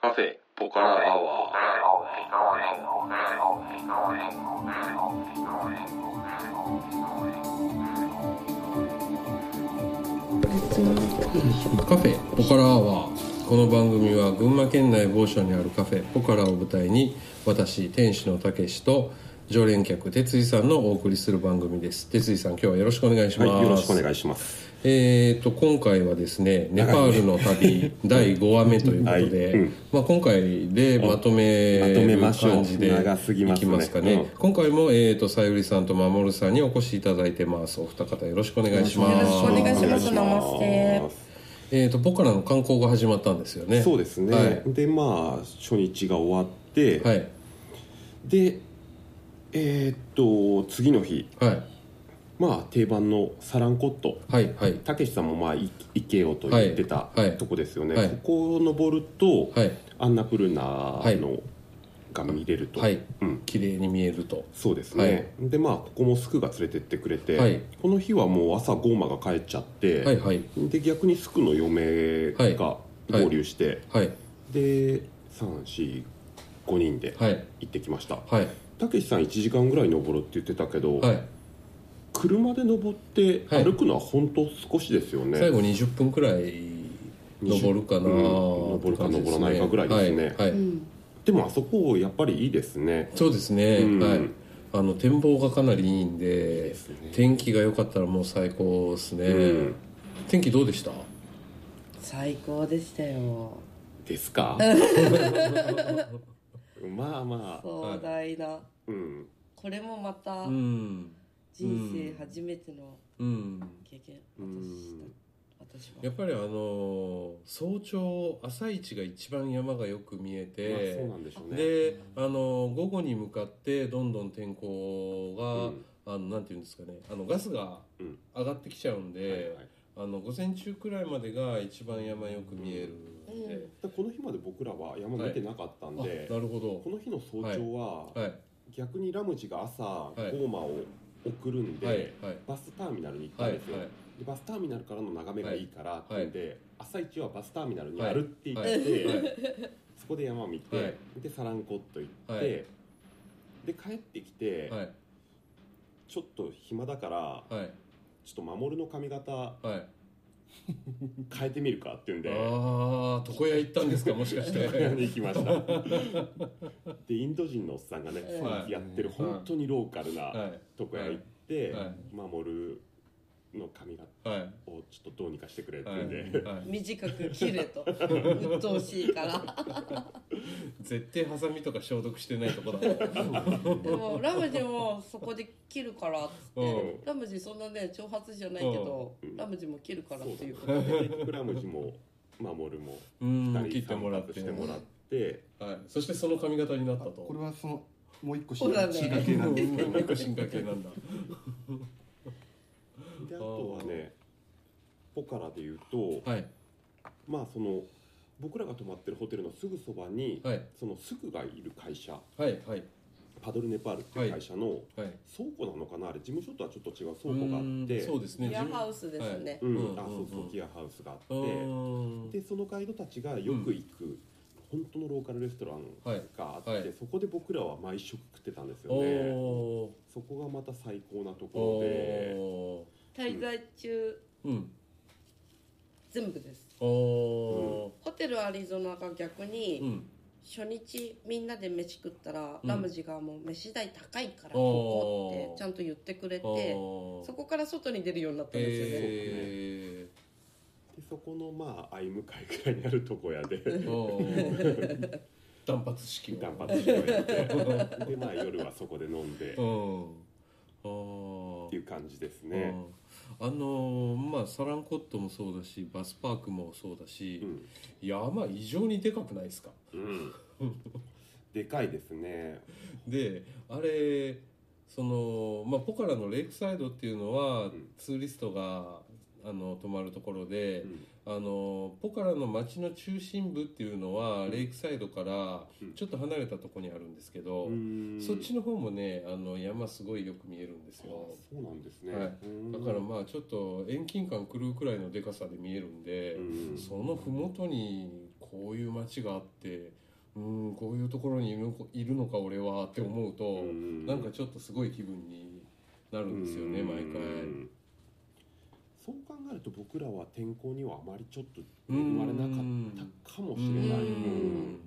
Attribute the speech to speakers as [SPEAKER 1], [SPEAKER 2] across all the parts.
[SPEAKER 1] カフェポカラアワー
[SPEAKER 2] カフェポカラアワーこの番組は群馬県内某所にあるカフェポカラを舞台に私店主のたけしと常連客哲井さんのお送りする番組です哲井さん今日はよろしくお願いします、
[SPEAKER 3] はい、よろしくお願いします。
[SPEAKER 2] えー、と今回はですねネパールの 旅第5話目ということで、
[SPEAKER 3] はいうん
[SPEAKER 2] まあ、今回でまとめ
[SPEAKER 3] まとめ
[SPEAKER 2] る
[SPEAKER 3] ましょう
[SPEAKER 2] 感じで
[SPEAKER 3] 長すぎ
[SPEAKER 2] い
[SPEAKER 3] ます
[SPEAKER 2] き
[SPEAKER 3] ね
[SPEAKER 2] ますかね、
[SPEAKER 3] うん
[SPEAKER 2] 今回も、えー、とさゆりさんとまもるさんにお越しいただいてますお二方よろしくお願いします
[SPEAKER 4] よろしくお願いしますナマステ
[SPEAKER 2] えー、とポカラの観光が始まったんですよね
[SPEAKER 3] そうですね、
[SPEAKER 2] はい
[SPEAKER 3] でまあ初日が終わって、
[SPEAKER 2] はい
[SPEAKER 3] でえーっと次の日
[SPEAKER 2] はい
[SPEAKER 3] まあ定番のサランコット
[SPEAKER 2] はいはい
[SPEAKER 3] たけしさんもまあい行けよと言ってた、
[SPEAKER 2] はいはい
[SPEAKER 3] とこですよね、
[SPEAKER 2] はい
[SPEAKER 3] ここを登ると、
[SPEAKER 2] はい
[SPEAKER 3] アンナプルナ
[SPEAKER 2] い
[SPEAKER 3] のが見れると、
[SPEAKER 2] はい
[SPEAKER 3] うん、
[SPEAKER 2] 綺麗に見えると
[SPEAKER 3] そうですね、でまあここもスクが連れてってくれて、
[SPEAKER 2] はい
[SPEAKER 3] この日はもう朝ゴーマが帰っちゃって、
[SPEAKER 2] はいはい
[SPEAKER 3] で逆にスクの嫁が合流して、
[SPEAKER 2] はい
[SPEAKER 3] で345人で
[SPEAKER 2] はい
[SPEAKER 3] 行ってきました
[SPEAKER 2] はい
[SPEAKER 3] たけしさん1時間ぐらい登るって言ってたけど、
[SPEAKER 2] はい
[SPEAKER 3] 車で登って
[SPEAKER 2] はい
[SPEAKER 3] 歩くのはほんと少しですよね、
[SPEAKER 2] 最後20分くらい登るかな、
[SPEAKER 3] うん登るか登らないかぐらいですね
[SPEAKER 2] はい、はい
[SPEAKER 4] うん
[SPEAKER 3] でもあそこやっぱりいいですね
[SPEAKER 2] そうですね、
[SPEAKER 3] うん
[SPEAKER 2] はいあの展望がかなりいいんで
[SPEAKER 3] ですね
[SPEAKER 2] 天気が良かったらもう最高ですね、
[SPEAKER 3] うん
[SPEAKER 2] 天気どうでした
[SPEAKER 4] 最高でしたよ
[SPEAKER 3] で すかまあまあ
[SPEAKER 4] 壮大な、
[SPEAKER 3] うん
[SPEAKER 4] これもまた
[SPEAKER 2] うん
[SPEAKER 4] 人生初めての
[SPEAKER 2] うん
[SPEAKER 4] 経験、
[SPEAKER 3] うん
[SPEAKER 4] 私した私は
[SPEAKER 2] やっぱりあのー早朝朝一が一番山がよく見え
[SPEAKER 3] ま
[SPEAKER 2] て、
[SPEAKER 3] あそうなんでしょうね
[SPEAKER 2] であのー午後に向かってどんどん天候
[SPEAKER 3] う
[SPEAKER 2] が、
[SPEAKER 3] ん
[SPEAKER 2] あのなんていうんですかねあのガスが
[SPEAKER 3] うん
[SPEAKER 2] 上がってきちゃうんで、
[SPEAKER 3] はいはい
[SPEAKER 2] あの午前中くらいまでが一番山よく見えるんで、
[SPEAKER 3] でこの日まで僕らは山見てなかったん
[SPEAKER 2] あ
[SPEAKER 3] で、
[SPEAKER 2] なるほ
[SPEAKER 3] この日の早朝は、
[SPEAKER 2] どはい
[SPEAKER 3] 逆にラムジが朝、
[SPEAKER 2] い
[SPEAKER 3] ゴーマを送るんで、
[SPEAKER 2] はいはい
[SPEAKER 3] バスターミナルに行った
[SPEAKER 2] は
[SPEAKER 3] ん
[SPEAKER 2] い
[SPEAKER 3] ですよ、
[SPEAKER 2] はい
[SPEAKER 3] でバスターミナルからの眺めがいいからって言うんで、朝一はバスターミナルにあるって言っ
[SPEAKER 2] は
[SPEAKER 3] て、
[SPEAKER 2] いはい
[SPEAKER 3] そこで山見て、
[SPEAKER 2] はい
[SPEAKER 3] でサランコット行って、
[SPEAKER 2] はい
[SPEAKER 3] で帰ってきて、
[SPEAKER 2] はい
[SPEAKER 3] ちょっと暇だから、
[SPEAKER 2] はい
[SPEAKER 3] ちょっと守の髪型
[SPEAKER 2] はい
[SPEAKER 3] 変えてみるかって言うんで
[SPEAKER 2] ああ床屋行ったんですかもしかして
[SPEAKER 3] に行き ましたでインド人のおっさんがね、
[SPEAKER 2] はい
[SPEAKER 3] やってる本当にローカルな
[SPEAKER 2] は
[SPEAKER 3] とこへ行って、
[SPEAKER 2] いはい
[SPEAKER 3] 守の髪型
[SPEAKER 2] はい
[SPEAKER 3] をちょっとどうにかしてくれって
[SPEAKER 2] は
[SPEAKER 3] 言うんで、
[SPEAKER 2] い、はい、
[SPEAKER 4] 短く切 れと鬱陶しいから
[SPEAKER 2] 絶対ハサミとか消毒してないとこだも
[SPEAKER 4] でもラムジもそこで切るからっつって、
[SPEAKER 2] うん
[SPEAKER 4] ラムジそんなね挑発じゃないけど、
[SPEAKER 3] うん
[SPEAKER 4] ラムジも切るからっていう
[SPEAKER 3] そ
[SPEAKER 4] こ
[SPEAKER 3] う
[SPEAKER 4] とで
[SPEAKER 3] で結局ラムジも守るも
[SPEAKER 2] んう
[SPEAKER 3] 二
[SPEAKER 2] ん切ってもらっ
[SPEAKER 3] 散
[SPEAKER 2] て
[SPEAKER 3] 髪してもらって
[SPEAKER 2] はい、そしてその髪型になったと
[SPEAKER 5] これはそのもう一個
[SPEAKER 4] そうなんだよ
[SPEAKER 5] 進化系なんですけど
[SPEAKER 2] もう一個進化系なんだ
[SPEAKER 3] であとはねポカラで言うと
[SPEAKER 2] はい
[SPEAKER 3] まあその僕らが泊まってるホテルのすぐそばに、
[SPEAKER 2] はい
[SPEAKER 3] そのすぐがいる会社
[SPEAKER 2] はいはい
[SPEAKER 3] パドルネパールっていう会社の
[SPEAKER 2] はい
[SPEAKER 3] 倉庫なのかなあれ事務所とはちょっと違う倉庫があって
[SPEAKER 2] うんそうですね
[SPEAKER 4] ギアハ
[SPEAKER 2] ウ
[SPEAKER 4] ウスですね、
[SPEAKER 3] うん
[SPEAKER 2] うん
[SPEAKER 3] あそう
[SPEAKER 2] うん
[SPEAKER 3] そううんギアハウスがあ
[SPEAKER 2] う
[SPEAKER 3] っ
[SPEAKER 2] ん
[SPEAKER 3] てでそのガイドたちがよく行く、本当のローカルレストラン
[SPEAKER 2] はい
[SPEAKER 3] があって、
[SPEAKER 2] はい
[SPEAKER 3] そこで僕らは毎食食ってたんですよね
[SPEAKER 2] お
[SPEAKER 3] そこがまた最高なと
[SPEAKER 2] ー
[SPEAKER 3] ころで
[SPEAKER 2] お
[SPEAKER 4] 滞在中
[SPEAKER 2] ーうん
[SPEAKER 4] 全部です
[SPEAKER 2] おお
[SPEAKER 4] ホテルアリゾナが逆に、
[SPEAKER 2] ーうん
[SPEAKER 4] 初日みんなで飯食ったら、
[SPEAKER 2] うん
[SPEAKER 4] ラムジがもう飯代高いか
[SPEAKER 2] あ
[SPEAKER 4] ら
[SPEAKER 2] ー
[SPEAKER 4] ここってちゃんと言ってくれて
[SPEAKER 2] おー
[SPEAKER 4] そこから外に出るようになったんですよね、
[SPEAKER 2] え
[SPEAKER 3] でそこのまあ相向かいくらいにある床屋 で
[SPEAKER 2] ーおー断髪式を
[SPEAKER 3] 断髪式をやってでまあ夜はそこで飲んで
[SPEAKER 2] う
[SPEAKER 3] っ
[SPEAKER 2] んあー
[SPEAKER 3] ていう感じですね
[SPEAKER 2] あーあのーまあサランコットもそうだしバスパークもそうだし、
[SPEAKER 3] うん、
[SPEAKER 2] 山異常にでかくないですか
[SPEAKER 3] うん、でかいですね
[SPEAKER 2] であれその、まあ、ポカラのレイクサイドっていうのは、
[SPEAKER 3] ん
[SPEAKER 2] ツーリストがあの泊まるところで、
[SPEAKER 3] うん
[SPEAKER 2] あのポカラの街の中心部っていうのは、レイクサイドから
[SPEAKER 3] うん
[SPEAKER 2] ちょっと離れたところにあるんですけど、
[SPEAKER 3] うん
[SPEAKER 2] そっちの方もねあの山すごいよく見えるんです
[SPEAKER 3] あ
[SPEAKER 2] よ
[SPEAKER 3] そうなんですね、
[SPEAKER 2] はい
[SPEAKER 3] うん
[SPEAKER 2] だからまあちょっと遠近感狂うくらいのでかさで見えるんで、
[SPEAKER 3] うん
[SPEAKER 2] その麓にここういう街があってうんこういうところにいるのかいるのか俺はって思うと、
[SPEAKER 3] うん
[SPEAKER 2] なんかちょっとすごい気分になるんですよね、毎回。
[SPEAKER 3] うんそう考えると僕らは天候にはあまりちょっと
[SPEAKER 2] う
[SPEAKER 3] 恵
[SPEAKER 2] ん
[SPEAKER 3] まれなかったかもしれない、
[SPEAKER 2] う
[SPEAKER 3] うん
[SPEAKER 2] ん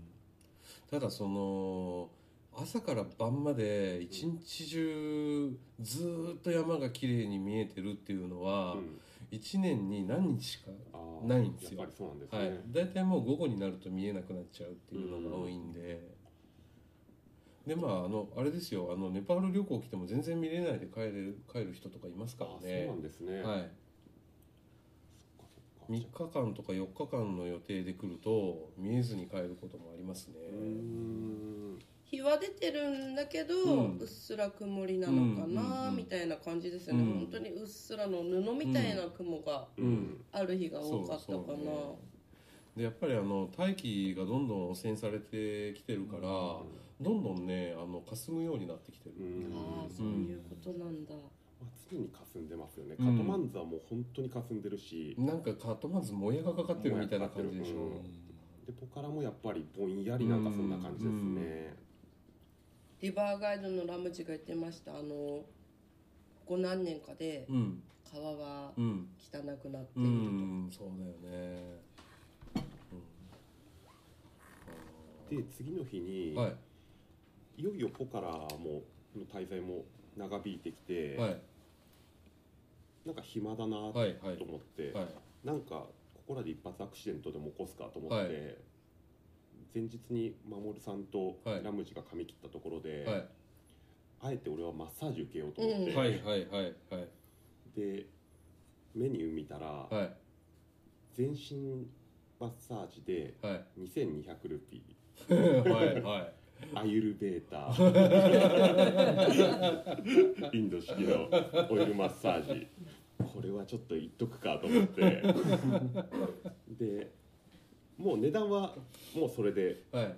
[SPEAKER 2] ただその朝から晩まで一日中ずーっと山が綺麗に見えてるっていうのは
[SPEAKER 3] うん
[SPEAKER 2] 1年に何日か、
[SPEAKER 3] あー
[SPEAKER 2] ないんですよ
[SPEAKER 3] やっぱりそうなんですね、
[SPEAKER 2] はい、大体もう午後になると見えなくなっちゃうっていうのが多いんで、でまああのあれですよあのネパール旅行来ても全然見れないで帰れる帰る人とかいますか
[SPEAKER 3] あ
[SPEAKER 2] ら
[SPEAKER 3] そう
[SPEAKER 2] ね
[SPEAKER 3] なんです
[SPEAKER 2] はい、
[SPEAKER 3] ね、そっかそっか
[SPEAKER 2] 3日間とか4日間の予定で来ると見えずに帰ることもありますね。
[SPEAKER 3] うーん
[SPEAKER 4] 日は出てるんだけど、う
[SPEAKER 2] うん
[SPEAKER 4] っすら曇りなのか
[SPEAKER 2] うんうん
[SPEAKER 4] な
[SPEAKER 2] うん
[SPEAKER 4] みたいな感じですよね、
[SPEAKER 2] うん
[SPEAKER 4] 本当にうっすらの布みたいな雲が
[SPEAKER 2] うん
[SPEAKER 4] ある日が多かったかな、
[SPEAKER 2] そうそうねでやっぱりあの大気がどんどん汚染されてきてるから、どんどんねあの霞むようになってきてる、
[SPEAKER 3] うん
[SPEAKER 4] ああそういうことなんだ、
[SPEAKER 3] まあ、常に霞んでますよね
[SPEAKER 2] う
[SPEAKER 3] カ
[SPEAKER 2] ん
[SPEAKER 3] トマンズはもう本当に霞んでるし、
[SPEAKER 2] なんかかとまずもやがかかってるみたいな感じでしょ、
[SPEAKER 3] もやがかかでポカラもやっぱりぼんやりなんかそんな感じですね、
[SPEAKER 4] リバーガイドのラムジが言ってましたあのここ何年かで
[SPEAKER 2] うん
[SPEAKER 4] 川は
[SPEAKER 2] うん
[SPEAKER 4] 汚くなって
[SPEAKER 2] う
[SPEAKER 4] いると、
[SPEAKER 2] ん、そうだよね、
[SPEAKER 3] で次の日
[SPEAKER 2] う
[SPEAKER 3] に、
[SPEAKER 2] ん、はい
[SPEAKER 3] い、よいよポカラもの滞在も長引いてきて、
[SPEAKER 2] はい
[SPEAKER 3] なんか暇だなと
[SPEAKER 2] はいはい
[SPEAKER 3] 思って、
[SPEAKER 2] はい
[SPEAKER 3] なんかここらで一発アクシデントでも起こすかと思って、
[SPEAKER 2] はい
[SPEAKER 3] 前日に守さんと
[SPEAKER 2] はい
[SPEAKER 3] ラムジが髪切ったところで、
[SPEAKER 2] はい
[SPEAKER 3] あえて俺はマッサージ受けようと思って、
[SPEAKER 4] うん
[SPEAKER 2] はいはいはいはい
[SPEAKER 3] でメニュー見たら、
[SPEAKER 2] はい
[SPEAKER 3] 全身マッサージで
[SPEAKER 2] はい
[SPEAKER 3] 2200ルピー
[SPEAKER 2] はいはい
[SPEAKER 3] アユルベータ インド式のオイルマッサージこれはちょっと言っとくかと思ってでもう値段はもうそれで
[SPEAKER 2] はい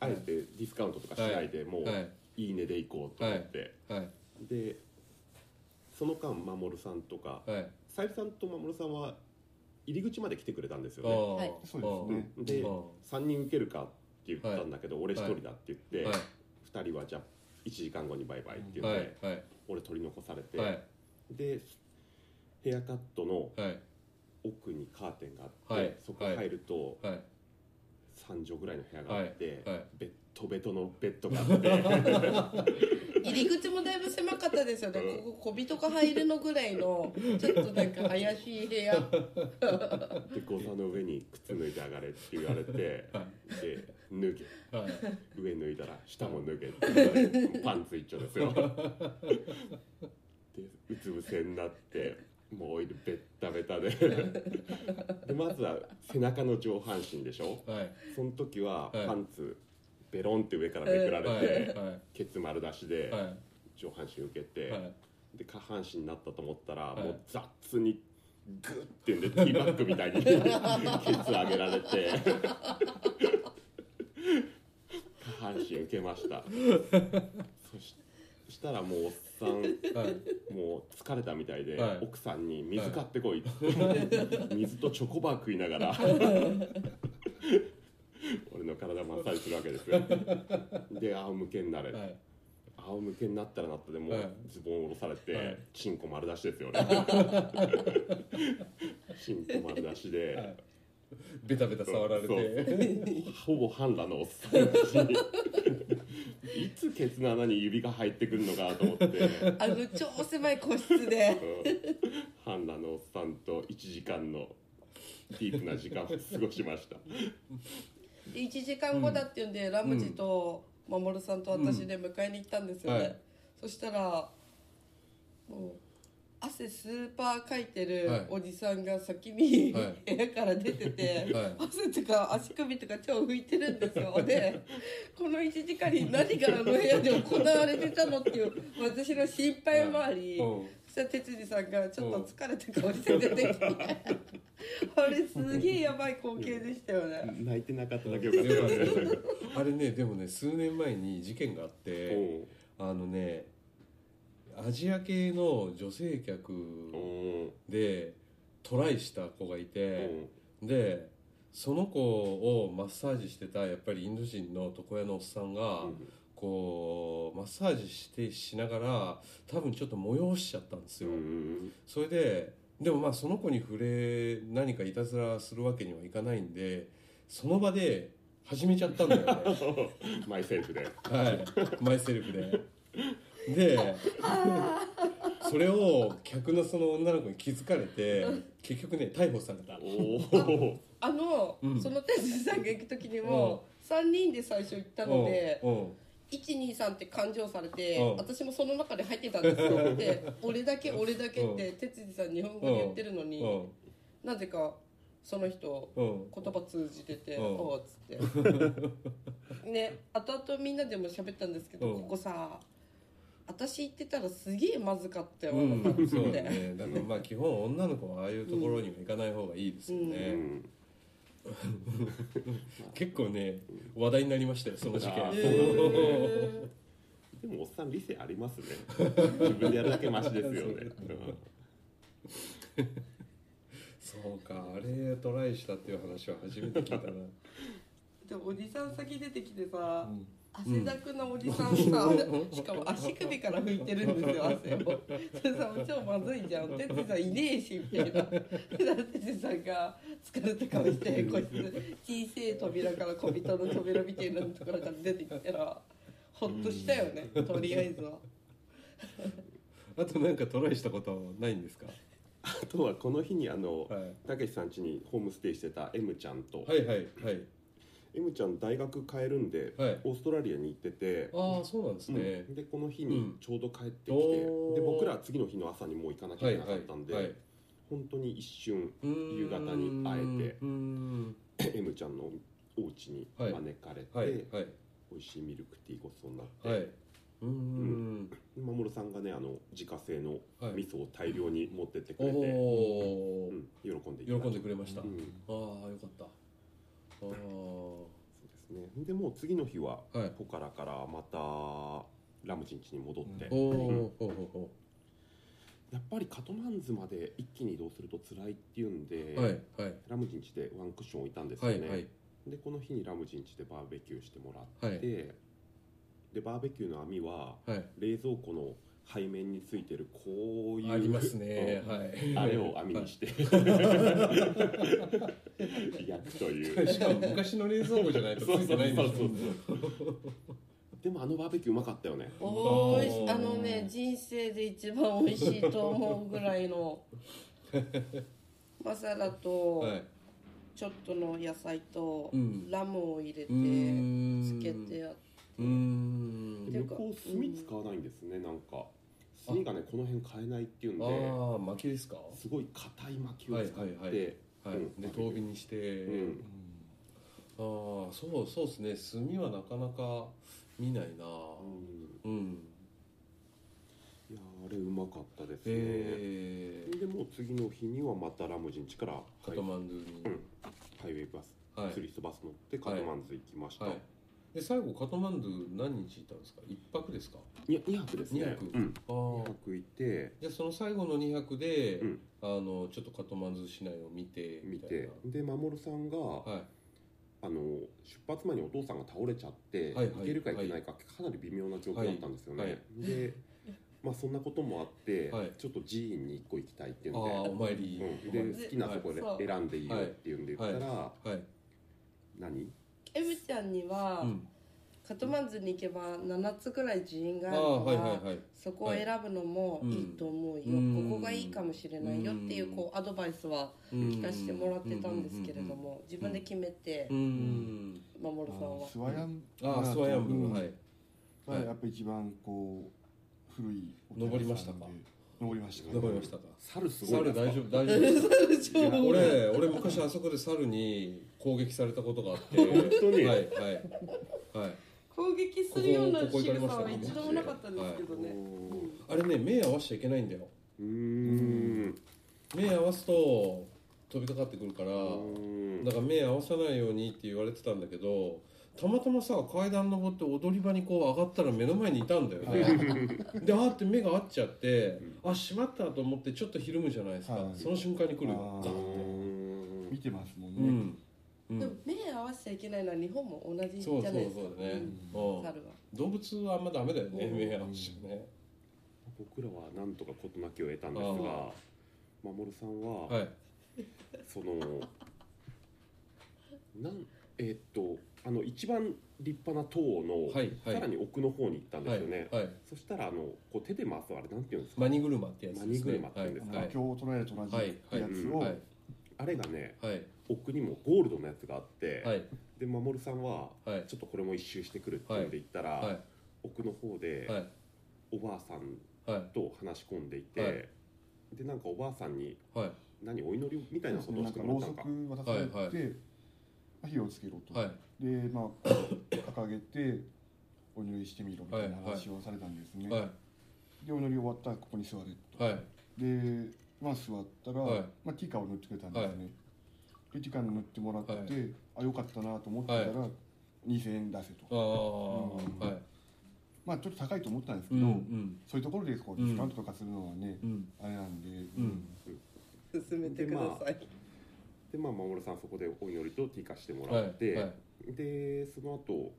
[SPEAKER 3] あえてディスカウントとかしないでもう
[SPEAKER 2] はい
[SPEAKER 3] いい値でいこうと思って、
[SPEAKER 2] はい
[SPEAKER 3] でその間守さんとか
[SPEAKER 2] はい
[SPEAKER 3] さゆりさんと守さんは入り口まで来てくれたんですよ
[SPEAKER 2] あ
[SPEAKER 3] ね
[SPEAKER 2] あ
[SPEAKER 4] はい
[SPEAKER 5] そうですね
[SPEAKER 3] で
[SPEAKER 2] あ
[SPEAKER 3] 3人受けるかって言ったんだけど、俺1人だって言って、
[SPEAKER 2] はい
[SPEAKER 3] 2人はじゃあ1時間後にバイバイって言っ
[SPEAKER 2] は
[SPEAKER 3] て、
[SPEAKER 2] いはい
[SPEAKER 3] 俺取り残されて、
[SPEAKER 2] はい
[SPEAKER 3] でヘアカットの
[SPEAKER 2] はい
[SPEAKER 3] 奥にカーテンがあって、
[SPEAKER 2] はい
[SPEAKER 3] そこ入ると
[SPEAKER 2] はい
[SPEAKER 3] 3畳ぐらいの部屋があって、
[SPEAKER 2] はいはい
[SPEAKER 3] ベッドベトのベッドがあって
[SPEAKER 4] 入り口もだいぶ狭かったですよねここ小人が入るのぐらいのちょっとなんか怪しい部屋
[SPEAKER 3] でゴザの上に靴脱いで上がれって言われて、
[SPEAKER 2] は
[SPEAKER 3] で脱げ
[SPEAKER 2] はい
[SPEAKER 3] 上脱いだら下も脱げっていうのでパンツ一丁ですよでうつ伏せになってもうオイルベッタベタででまずは背中の上半身でしょ
[SPEAKER 2] はい
[SPEAKER 3] その時は
[SPEAKER 2] はい
[SPEAKER 3] パンツベロンって上からめくられて、
[SPEAKER 2] はい
[SPEAKER 3] ケツ丸出しで
[SPEAKER 2] は
[SPEAKER 3] 上半身受けて、
[SPEAKER 2] いはい
[SPEAKER 3] で下半身になったと思ったら、
[SPEAKER 2] い
[SPEAKER 3] もう雑にグッてんでティーバッグみたいに ケツ上げられて 下半身受けましたそしそしたらもうおっさ
[SPEAKER 2] は
[SPEAKER 3] ん
[SPEAKER 2] い
[SPEAKER 3] もう疲れたみたいで、
[SPEAKER 2] はい
[SPEAKER 3] 奥さんに水買ってこいって、 水とチョコバー食いながら 俺の体マッサージするわけですよで仰向けになれ、
[SPEAKER 2] はい
[SPEAKER 3] 仰向けになったらなったでもう
[SPEAKER 2] はい
[SPEAKER 3] ズボン下ろされて、
[SPEAKER 2] はい
[SPEAKER 3] チンコ丸出しですよ ねチンコ丸出しで、
[SPEAKER 2] はいベタベタ触られて
[SPEAKER 3] ほぼ半裸のおっさんたちにいつケツの穴に指が入ってくるのかと思ってうん
[SPEAKER 4] あの超狭い個室で
[SPEAKER 3] 半裸のおっさんと1時間のディープな時間を過ごしました
[SPEAKER 4] 1時間後だっていうんで、ラムジと守さんと私で迎えに行ったんですよね、
[SPEAKER 2] うんはい
[SPEAKER 4] そしたらもう汗スーパーかいてる
[SPEAKER 2] はい
[SPEAKER 4] おじさんが先に、
[SPEAKER 2] は
[SPEAKER 4] 部屋から出てて、
[SPEAKER 2] はい
[SPEAKER 4] 汗とか足首とか手を拭いてるんです よでこの1時間に何があの部屋で行われてたのっていう私の心配もあり、
[SPEAKER 2] うん
[SPEAKER 4] そしたら哲司さんがちょっと疲れた顔して出てきてあれすげえやばい光景でしたよね。
[SPEAKER 3] 泣いてなかっただけよかったですね
[SPEAKER 2] あれねでもね数年前に事件があってあのねアジア系の女性客
[SPEAKER 3] うんうん
[SPEAKER 2] でトライした子がいてでその子をマッサージしてたやっぱりインド人の床屋のおっさんが、
[SPEAKER 3] うん
[SPEAKER 2] こうマッサージしてしながら多分ちょっと催しちゃったんですよ、
[SPEAKER 3] うん
[SPEAKER 2] それででもまあその子に触れ何かいたずらするわけにはいかないんでその場で始めちゃったんだよね
[SPEAKER 3] マイセルフで
[SPEAKER 2] はいマイセルフででそれを客のその女の子に気づかれて結局ね逮捕された
[SPEAKER 3] おお
[SPEAKER 4] あの、
[SPEAKER 2] うん
[SPEAKER 4] そのテスさんが行く時にも、3人で最初行ったので、
[SPEAKER 2] うんうん
[SPEAKER 4] 123って勘定されて、
[SPEAKER 2] うん
[SPEAKER 4] 私もその中で入ってたんです よで「俺だけ俺だけ」って哲司さん日本語で言ってるのに、なぜかその人
[SPEAKER 2] うんうん
[SPEAKER 4] 言葉通じてて「
[SPEAKER 2] うん
[SPEAKER 4] おう」っつって ね後々みんなでも喋ったんですけど、
[SPEAKER 2] うん
[SPEAKER 4] ここさ私行ってたらすげえまずかったよ、
[SPEAKER 2] うん、そう
[SPEAKER 4] って
[SPEAKER 2] だねだからまあ基本女の子はああいうところには行かない方がいいですよね、
[SPEAKER 3] うん
[SPEAKER 2] 結構ね話題になりましたよその事件
[SPEAKER 3] あ
[SPEAKER 4] え
[SPEAKER 3] ーそうだね
[SPEAKER 4] ー
[SPEAKER 3] でもおっさん理性ありますね自分でやるだけマシですよねうん
[SPEAKER 2] そうかあれトライしたっていう話は初めて聞いたな、
[SPEAKER 4] でもおじさん先出てきてさ、
[SPEAKER 2] うん
[SPEAKER 4] 汗だくなおじさんさ、しかも足首から拭いてるんですよ汗をそれさ超まずいじゃん哲司さんいねえしみたいな哲司さんが疲れた顔してこいつ小さい扉から小人の扉みたいなところから出てきたらほっとしたよねとりあえずは
[SPEAKER 2] あとなんかトライしたことはないんですか
[SPEAKER 3] あとはこの日にあの
[SPEAKER 2] はい
[SPEAKER 3] たけしさん家にホームステイしてた M ちゃんと、
[SPEAKER 2] はいはいはい
[SPEAKER 3] M ちゃん大学帰るんで、
[SPEAKER 2] はい
[SPEAKER 3] オーストラリアに行ってて
[SPEAKER 2] ああそうなんですね、
[SPEAKER 3] うんでこの日
[SPEAKER 2] う
[SPEAKER 3] に
[SPEAKER 2] ん
[SPEAKER 3] ちょうど帰ってきて、
[SPEAKER 2] おー
[SPEAKER 3] で僕らは次の日の朝にもう行かなきゃ
[SPEAKER 2] はいい
[SPEAKER 3] けな
[SPEAKER 2] はい
[SPEAKER 3] かったんで、
[SPEAKER 2] はい
[SPEAKER 3] 本当に一瞬
[SPEAKER 2] うーん
[SPEAKER 3] 夕方に会えて
[SPEAKER 2] うーん
[SPEAKER 3] M ちゃんのお家に
[SPEAKER 2] はい
[SPEAKER 3] 招かれて、
[SPEAKER 2] はいはい
[SPEAKER 3] 美味しいミルクティーごちそうになって、
[SPEAKER 2] はいうんうん
[SPEAKER 3] 守さんがねあの自家製の
[SPEAKER 2] はい
[SPEAKER 3] 味噌を大量に持ってってく
[SPEAKER 2] お
[SPEAKER 3] れて、
[SPEAKER 2] お
[SPEAKER 3] う
[SPEAKER 2] ー
[SPEAKER 3] ん、喜んでいただい
[SPEAKER 2] 喜んで
[SPEAKER 3] て
[SPEAKER 2] くれました、
[SPEAKER 3] うん
[SPEAKER 2] ああよかったああ
[SPEAKER 3] そうですねでもう次の日は、
[SPEAKER 2] はい
[SPEAKER 3] ポカラからまたラムチン家に戻って、
[SPEAKER 2] お
[SPEAKER 3] う
[SPEAKER 2] ー
[SPEAKER 3] ん
[SPEAKER 2] ほうほうほ
[SPEAKER 3] やっぱりカトマンズまで一気に移動すると辛いっていうんで、
[SPEAKER 2] うはいはい
[SPEAKER 3] ラムジン家でワンクッション置いたんです
[SPEAKER 2] は
[SPEAKER 3] よ
[SPEAKER 2] い
[SPEAKER 3] ね、
[SPEAKER 2] はい
[SPEAKER 3] でこの日にラムジン家でバーベキューしてもらっ
[SPEAKER 2] はい
[SPEAKER 3] て、でバーベキューの網は
[SPEAKER 2] はい
[SPEAKER 3] 冷蔵庫の背面についてるこういう
[SPEAKER 2] ありますね
[SPEAKER 3] うん
[SPEAKER 2] はい
[SPEAKER 3] あれを網にして、 焼くという
[SPEAKER 2] しかも昔の冷蔵庫じゃないとつ
[SPEAKER 3] そう
[SPEAKER 2] いて
[SPEAKER 3] そうそ
[SPEAKER 2] な
[SPEAKER 3] う
[SPEAKER 2] いんでしょ
[SPEAKER 3] そうでもあのバーベキューうまかったよね
[SPEAKER 4] おーいあのね人生で一番美味しいと思うぐらい のマサラと、
[SPEAKER 2] はい
[SPEAKER 4] ちょっとの野菜と
[SPEAKER 2] うん
[SPEAKER 4] ラムを入れて
[SPEAKER 2] うーん
[SPEAKER 4] つけてやっ
[SPEAKER 2] うーん
[SPEAKER 3] で向こう炭使わないんですねなんか炭がねこの辺買えないっていうん
[SPEAKER 2] あ
[SPEAKER 3] で
[SPEAKER 2] あ巻きですか
[SPEAKER 3] すごい硬い薪を使って、
[SPEAKER 2] はいはいはいはい
[SPEAKER 3] うん
[SPEAKER 2] で遠火にして
[SPEAKER 3] うん
[SPEAKER 2] ああそうそうですね炭はなかなか見ないな
[SPEAKER 3] うん
[SPEAKER 2] うん
[SPEAKER 3] いやーあれうまかったですね、
[SPEAKER 2] えー
[SPEAKER 3] でもう次の日にはまたラムジン地からハ
[SPEAKER 2] カ
[SPEAKER 3] イ
[SPEAKER 2] トマンドゥに
[SPEAKER 3] うんハイウェイバス、
[SPEAKER 2] はい
[SPEAKER 3] ツリストバス乗ってカトマンズ行きました、
[SPEAKER 2] はいで最後カトマンドゥ何日いたんですか一泊ですか
[SPEAKER 3] に2泊ですね
[SPEAKER 2] 二泊
[SPEAKER 3] うん、
[SPEAKER 2] あ
[SPEAKER 3] 2
[SPEAKER 2] あ
[SPEAKER 3] 泊いて
[SPEAKER 2] じゃあその最後の2泊で、
[SPEAKER 3] うん
[SPEAKER 2] あのちょっとカトマンズ市内を見てみ
[SPEAKER 3] 見
[SPEAKER 2] たい
[SPEAKER 3] てで守さんが、
[SPEAKER 2] なはい
[SPEAKER 3] あの出発前にお父さんが倒れちゃって、
[SPEAKER 2] はい
[SPEAKER 3] い
[SPEAKER 2] はい
[SPEAKER 3] けるかいけないかかなり微妙な状況だったんですよね、
[SPEAKER 2] はいは
[SPEAKER 3] でまあそんなこともあって、
[SPEAKER 2] はい
[SPEAKER 3] ちょっと寺院に1個行きたいってい
[SPEAKER 2] ああ
[SPEAKER 3] うんで、
[SPEAKER 2] お参り、
[SPEAKER 3] うん、で好きなとこで
[SPEAKER 4] はい
[SPEAKER 3] 選んでいいよっていうんで言ったら、
[SPEAKER 2] はい、
[SPEAKER 3] 何
[SPEAKER 4] て M ちゃんには、
[SPEAKER 2] うん、
[SPEAKER 4] カトマンズに行けば7つぐらい寺院
[SPEAKER 2] あ
[SPEAKER 4] があるか
[SPEAKER 2] あ
[SPEAKER 4] ら、
[SPEAKER 2] はいはいはい
[SPEAKER 4] そこを選ぶのもいいと思うよ、
[SPEAKER 2] うん
[SPEAKER 4] ここがいいかもしれないよっていううんこうアドバイスは聞
[SPEAKER 2] 聞
[SPEAKER 4] かせてもらってたんですけれども自分で決めて
[SPEAKER 2] うん、うん
[SPEAKER 4] 守さんは
[SPEAKER 5] スワヤン
[SPEAKER 2] ああスワヤンブ
[SPEAKER 5] うん
[SPEAKER 2] ーはい
[SPEAKER 5] がやっぱ一番こう古いお寺さん
[SPEAKER 2] 登
[SPEAKER 5] で
[SPEAKER 2] りましたか
[SPEAKER 5] 登りました
[SPEAKER 2] わかりましたか
[SPEAKER 3] 猿すごい
[SPEAKER 2] 猿
[SPEAKER 3] な
[SPEAKER 2] 大丈夫大丈夫です
[SPEAKER 4] 超
[SPEAKER 2] か 俺俺昔あそこで猿に攻撃されたこと があって本
[SPEAKER 3] 当に
[SPEAKER 2] はいはいはい
[SPEAKER 4] 攻撃するような
[SPEAKER 2] ここここ
[SPEAKER 4] 仕
[SPEAKER 2] 行かれま
[SPEAKER 4] 草
[SPEAKER 2] した
[SPEAKER 4] は
[SPEAKER 2] ね
[SPEAKER 4] 一度もなかったんですけどね、
[SPEAKER 3] う
[SPEAKER 2] あれね目合わせちゃいけないんだよ
[SPEAKER 3] ーん
[SPEAKER 2] 目合わすと飛びかかってくるからだから目合わさないようにって言われてたんだけどたまたまさ階段登って踊り場にこう上がったら目の前にいたんだよねであーって目が合っちゃってあしまったと思ってちょっとひるむじゃないですか、
[SPEAKER 5] はい
[SPEAKER 2] その瞬間に来る
[SPEAKER 5] あ
[SPEAKER 2] よ
[SPEAKER 5] ー
[SPEAKER 2] ガッて
[SPEAKER 5] 見てますもん
[SPEAKER 2] う
[SPEAKER 5] ね
[SPEAKER 2] んうん
[SPEAKER 4] でも目合わせちゃいけないのは日本も同じじゃ
[SPEAKER 2] そうそ
[SPEAKER 4] な
[SPEAKER 2] う
[SPEAKER 4] い
[SPEAKER 2] そう
[SPEAKER 4] ですか
[SPEAKER 2] だね、
[SPEAKER 4] う
[SPEAKER 2] うんん
[SPEAKER 4] 猿は
[SPEAKER 2] 動物はあんまダメだよね
[SPEAKER 4] うん
[SPEAKER 2] 目合わせね、
[SPEAKER 3] 僕らはなんとか事なきを得たんです
[SPEAKER 2] あ
[SPEAKER 3] が守さんは、
[SPEAKER 2] はい
[SPEAKER 3] そのなんえっとあの一番立派な塔の、
[SPEAKER 2] はいはい
[SPEAKER 3] さらに奥の方に行ったんですよね、
[SPEAKER 2] はいはい
[SPEAKER 3] そしたらあのこう手で回すあれなんていうんですか、
[SPEAKER 2] マニ車ってやつですね
[SPEAKER 3] マニ車ってやつです
[SPEAKER 2] は
[SPEAKER 5] 魔
[SPEAKER 2] い
[SPEAKER 5] 境を捉えると同じやつ
[SPEAKER 3] は
[SPEAKER 5] を
[SPEAKER 2] はいはい
[SPEAKER 3] あれがね
[SPEAKER 2] はい
[SPEAKER 3] 奥にもゴールドのやつがあって、
[SPEAKER 2] はい
[SPEAKER 3] で守さんは、
[SPEAKER 2] はい
[SPEAKER 3] ちょっとこれも一周してくるっていうんで行ったら、
[SPEAKER 2] はい
[SPEAKER 3] 奥の方で、
[SPEAKER 2] はい
[SPEAKER 3] おばあさん
[SPEAKER 2] はい
[SPEAKER 3] と話し込んでいて、
[SPEAKER 2] はい
[SPEAKER 3] でなんかおばあさんに
[SPEAKER 2] はい
[SPEAKER 3] 何お祈りみたいなことを
[SPEAKER 5] な
[SPEAKER 3] し
[SPEAKER 5] ん
[SPEAKER 3] て
[SPEAKER 5] か
[SPEAKER 3] も
[SPEAKER 5] ろ
[SPEAKER 3] らっ
[SPEAKER 5] う
[SPEAKER 3] た
[SPEAKER 5] そ
[SPEAKER 3] のか
[SPEAKER 5] く渡されて、
[SPEAKER 2] はいは
[SPEAKER 5] 火をつけろと、
[SPEAKER 2] はい
[SPEAKER 5] でまあ掲げてお祈りしてみろみたいな話をされたんですね、
[SPEAKER 2] はい
[SPEAKER 5] でお祈り終わったらここに座れと、
[SPEAKER 2] はい
[SPEAKER 5] でまあ座ったら、
[SPEAKER 2] はい
[SPEAKER 5] まあ、ティーカーを塗ってくれたんですね、でティーカー塗ってもらって、
[SPEAKER 2] はい
[SPEAKER 5] あよかったなと思ってたら、2000円出せと
[SPEAKER 2] ああはい
[SPEAKER 5] まあちょっと高いと思ったんですけ
[SPEAKER 2] うん
[SPEAKER 5] ど、
[SPEAKER 2] うん
[SPEAKER 5] そういうところでこうディスカウントとかするのはね、
[SPEAKER 2] うん
[SPEAKER 5] あれなんで、
[SPEAKER 2] うん
[SPEAKER 4] 進めてください、
[SPEAKER 3] でまあ守さんそこでお祈りとティーカしてもらって、
[SPEAKER 2] はいは
[SPEAKER 3] でその後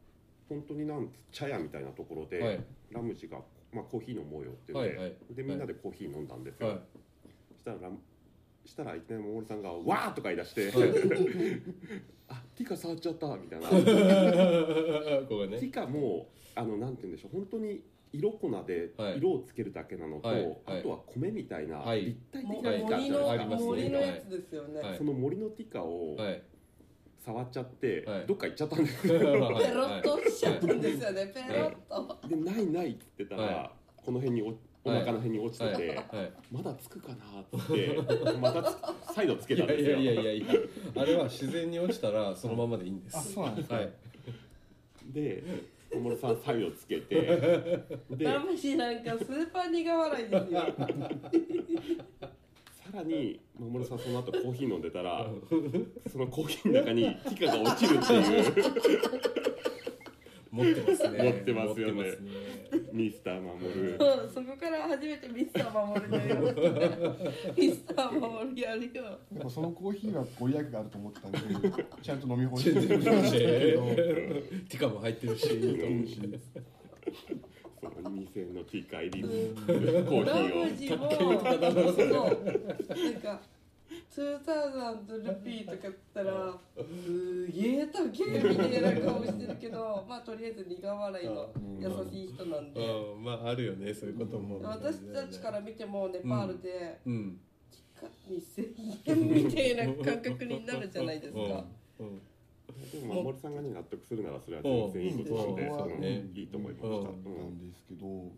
[SPEAKER 3] 本当になんつ茶屋みたいなところで、
[SPEAKER 2] はい
[SPEAKER 3] ラムジが、まあ、コーヒー飲もうよって言って、
[SPEAKER 2] はいはい
[SPEAKER 3] でみんなでコーヒー飲んだんですよ、
[SPEAKER 2] はい
[SPEAKER 3] したらラムしたらいきなり守さんが「わー!」とか言い出して「 あティーカ触っちゃった」みたいなテ
[SPEAKER 2] ここがね
[SPEAKER 3] ィーカもあのなんて言うんでしょう本当に色粉で
[SPEAKER 2] はい
[SPEAKER 3] 色をつけるだけなのと、
[SPEAKER 2] はいはい
[SPEAKER 3] あとは米みたいな
[SPEAKER 2] はい
[SPEAKER 3] 立体
[SPEAKER 4] も
[SPEAKER 3] 的な板
[SPEAKER 4] 森
[SPEAKER 3] じゃ
[SPEAKER 4] の、
[SPEAKER 3] な
[SPEAKER 2] あり
[SPEAKER 3] いです
[SPEAKER 2] ま
[SPEAKER 3] か、
[SPEAKER 2] すね
[SPEAKER 4] 森のやつですよね、
[SPEAKER 2] はい
[SPEAKER 3] その森のティカを
[SPEAKER 2] はい
[SPEAKER 3] 触っちゃって、
[SPEAKER 2] はい
[SPEAKER 3] どっか行っちゃったんです よ
[SPEAKER 4] ペロッとしちゃったんですよね、ペロッと、
[SPEAKER 3] で「ないない」って言ってたら、
[SPEAKER 2] は
[SPEAKER 3] この辺におお腹の辺に落ちてて、
[SPEAKER 2] はい
[SPEAKER 3] まだつくかなーっつって またつ再度つけ
[SPEAKER 2] い
[SPEAKER 3] たん
[SPEAKER 2] や
[SPEAKER 3] です
[SPEAKER 2] いや
[SPEAKER 3] よ
[SPEAKER 2] いやいやいやあれは自然に落ちたらそのままでいいんです
[SPEAKER 5] あそうなんですか
[SPEAKER 2] はい
[SPEAKER 3] で小室さん再度つけてでさ
[SPEAKER 4] ラムシなんかスーパー苦笑いですよ
[SPEAKER 3] らに小室さんその後コーヒー飲んでたらそのコーヒーの中にティカが落ちるって いう
[SPEAKER 2] 持ってますね
[SPEAKER 3] 持ってますよね
[SPEAKER 2] 持ってますね
[SPEAKER 3] ミスター守る
[SPEAKER 4] そうそこから初めてミスター守るのよミスター守るやるよ
[SPEAKER 5] やっぱそのコーヒーはご利益があると思ったんで ちゃんと飲み干し
[SPEAKER 2] 全
[SPEAKER 5] て
[SPEAKER 2] 然見
[SPEAKER 5] る
[SPEAKER 2] ないティカも入ってるしいいと思うし
[SPEAKER 3] その店のティカ入りにコーヒ
[SPEAKER 4] ラム
[SPEAKER 3] ーを
[SPEAKER 4] ジもそうなんか2000とルピーとか言ったらすげえたけえみたいな顔してるけどまあとりあえず苦笑いの優しい人なんで
[SPEAKER 2] うんまああるよねそういうことも
[SPEAKER 4] 私たちから見てもネパールで
[SPEAKER 2] うん
[SPEAKER 4] 2000円みたいな感覚になるじゃないですか
[SPEAKER 2] うんうん
[SPEAKER 3] でも守さんがね納得するならそれは全然いいことなんで、
[SPEAKER 5] うん
[SPEAKER 3] その
[SPEAKER 5] うん
[SPEAKER 3] いいと思いました、
[SPEAKER 5] な
[SPEAKER 3] うん
[SPEAKER 5] んですけど、うん、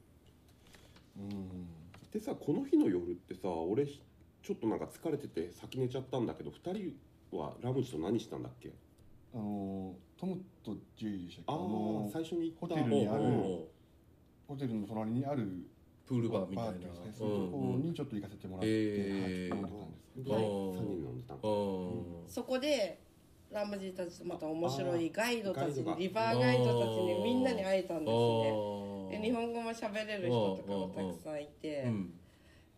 [SPEAKER 3] でさこの日の夜ってさ俺ひちょっとなんか疲れてて先寝ちゃったんだけど2人はラムジと何したんだっけ
[SPEAKER 5] あのトムとジェイでしたっけ
[SPEAKER 3] ああ
[SPEAKER 5] の
[SPEAKER 3] 最初に行った
[SPEAKER 5] ホテルにある
[SPEAKER 3] うんうん
[SPEAKER 2] おう
[SPEAKER 5] ホテルの隣にある
[SPEAKER 2] プールバーみたいな
[SPEAKER 5] バーってうかね
[SPEAKER 2] う
[SPEAKER 5] そういうとこ
[SPEAKER 2] んうん
[SPEAKER 5] にちょっと行かせてもらって、
[SPEAKER 2] えー
[SPEAKER 5] はい飲んでたんですけ
[SPEAKER 3] で
[SPEAKER 5] ど、
[SPEAKER 2] はい
[SPEAKER 3] 3人飲んでたの
[SPEAKER 2] うん
[SPEAKER 4] そこでラムジーたちとまた面白いガイドた
[SPEAKER 3] ガイ
[SPEAKER 4] ち
[SPEAKER 3] ド
[SPEAKER 4] に
[SPEAKER 3] が
[SPEAKER 4] リバーガイドたちにみんなに会えたんです
[SPEAKER 2] あ
[SPEAKER 4] ねで
[SPEAKER 2] ー
[SPEAKER 4] 日本語も喋れる人とかもたくさんいて
[SPEAKER 2] うん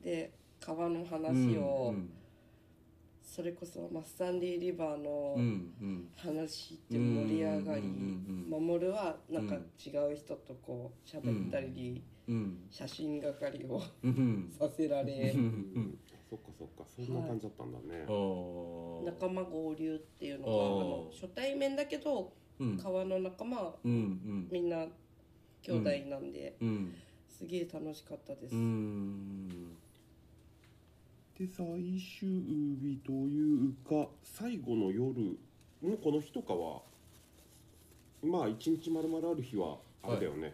[SPEAKER 4] で川の話を
[SPEAKER 2] うん
[SPEAKER 4] それこそマッサンディーリバーの
[SPEAKER 2] うんうん
[SPEAKER 4] 話って盛り上がり
[SPEAKER 2] うんうんうん
[SPEAKER 4] 守るはなんか違う人とこう喋ったり
[SPEAKER 2] うん
[SPEAKER 4] 写真係を
[SPEAKER 2] うん
[SPEAKER 4] させられ
[SPEAKER 3] うんそっかそっかそんな感じだったんだね、
[SPEAKER 2] うん
[SPEAKER 4] 仲間合流っていうのがあ
[SPEAKER 2] あー
[SPEAKER 4] の初対面だけど
[SPEAKER 2] うん
[SPEAKER 4] 川の仲間
[SPEAKER 2] うんうん
[SPEAKER 4] みんな兄弟なんで、
[SPEAKER 2] うん
[SPEAKER 4] すげえ楽しかったです、
[SPEAKER 2] うん
[SPEAKER 3] で最終日というか最後の夜もうこの日とかはまあ一日まるまるある日はあれだよね、
[SPEAKER 5] まあ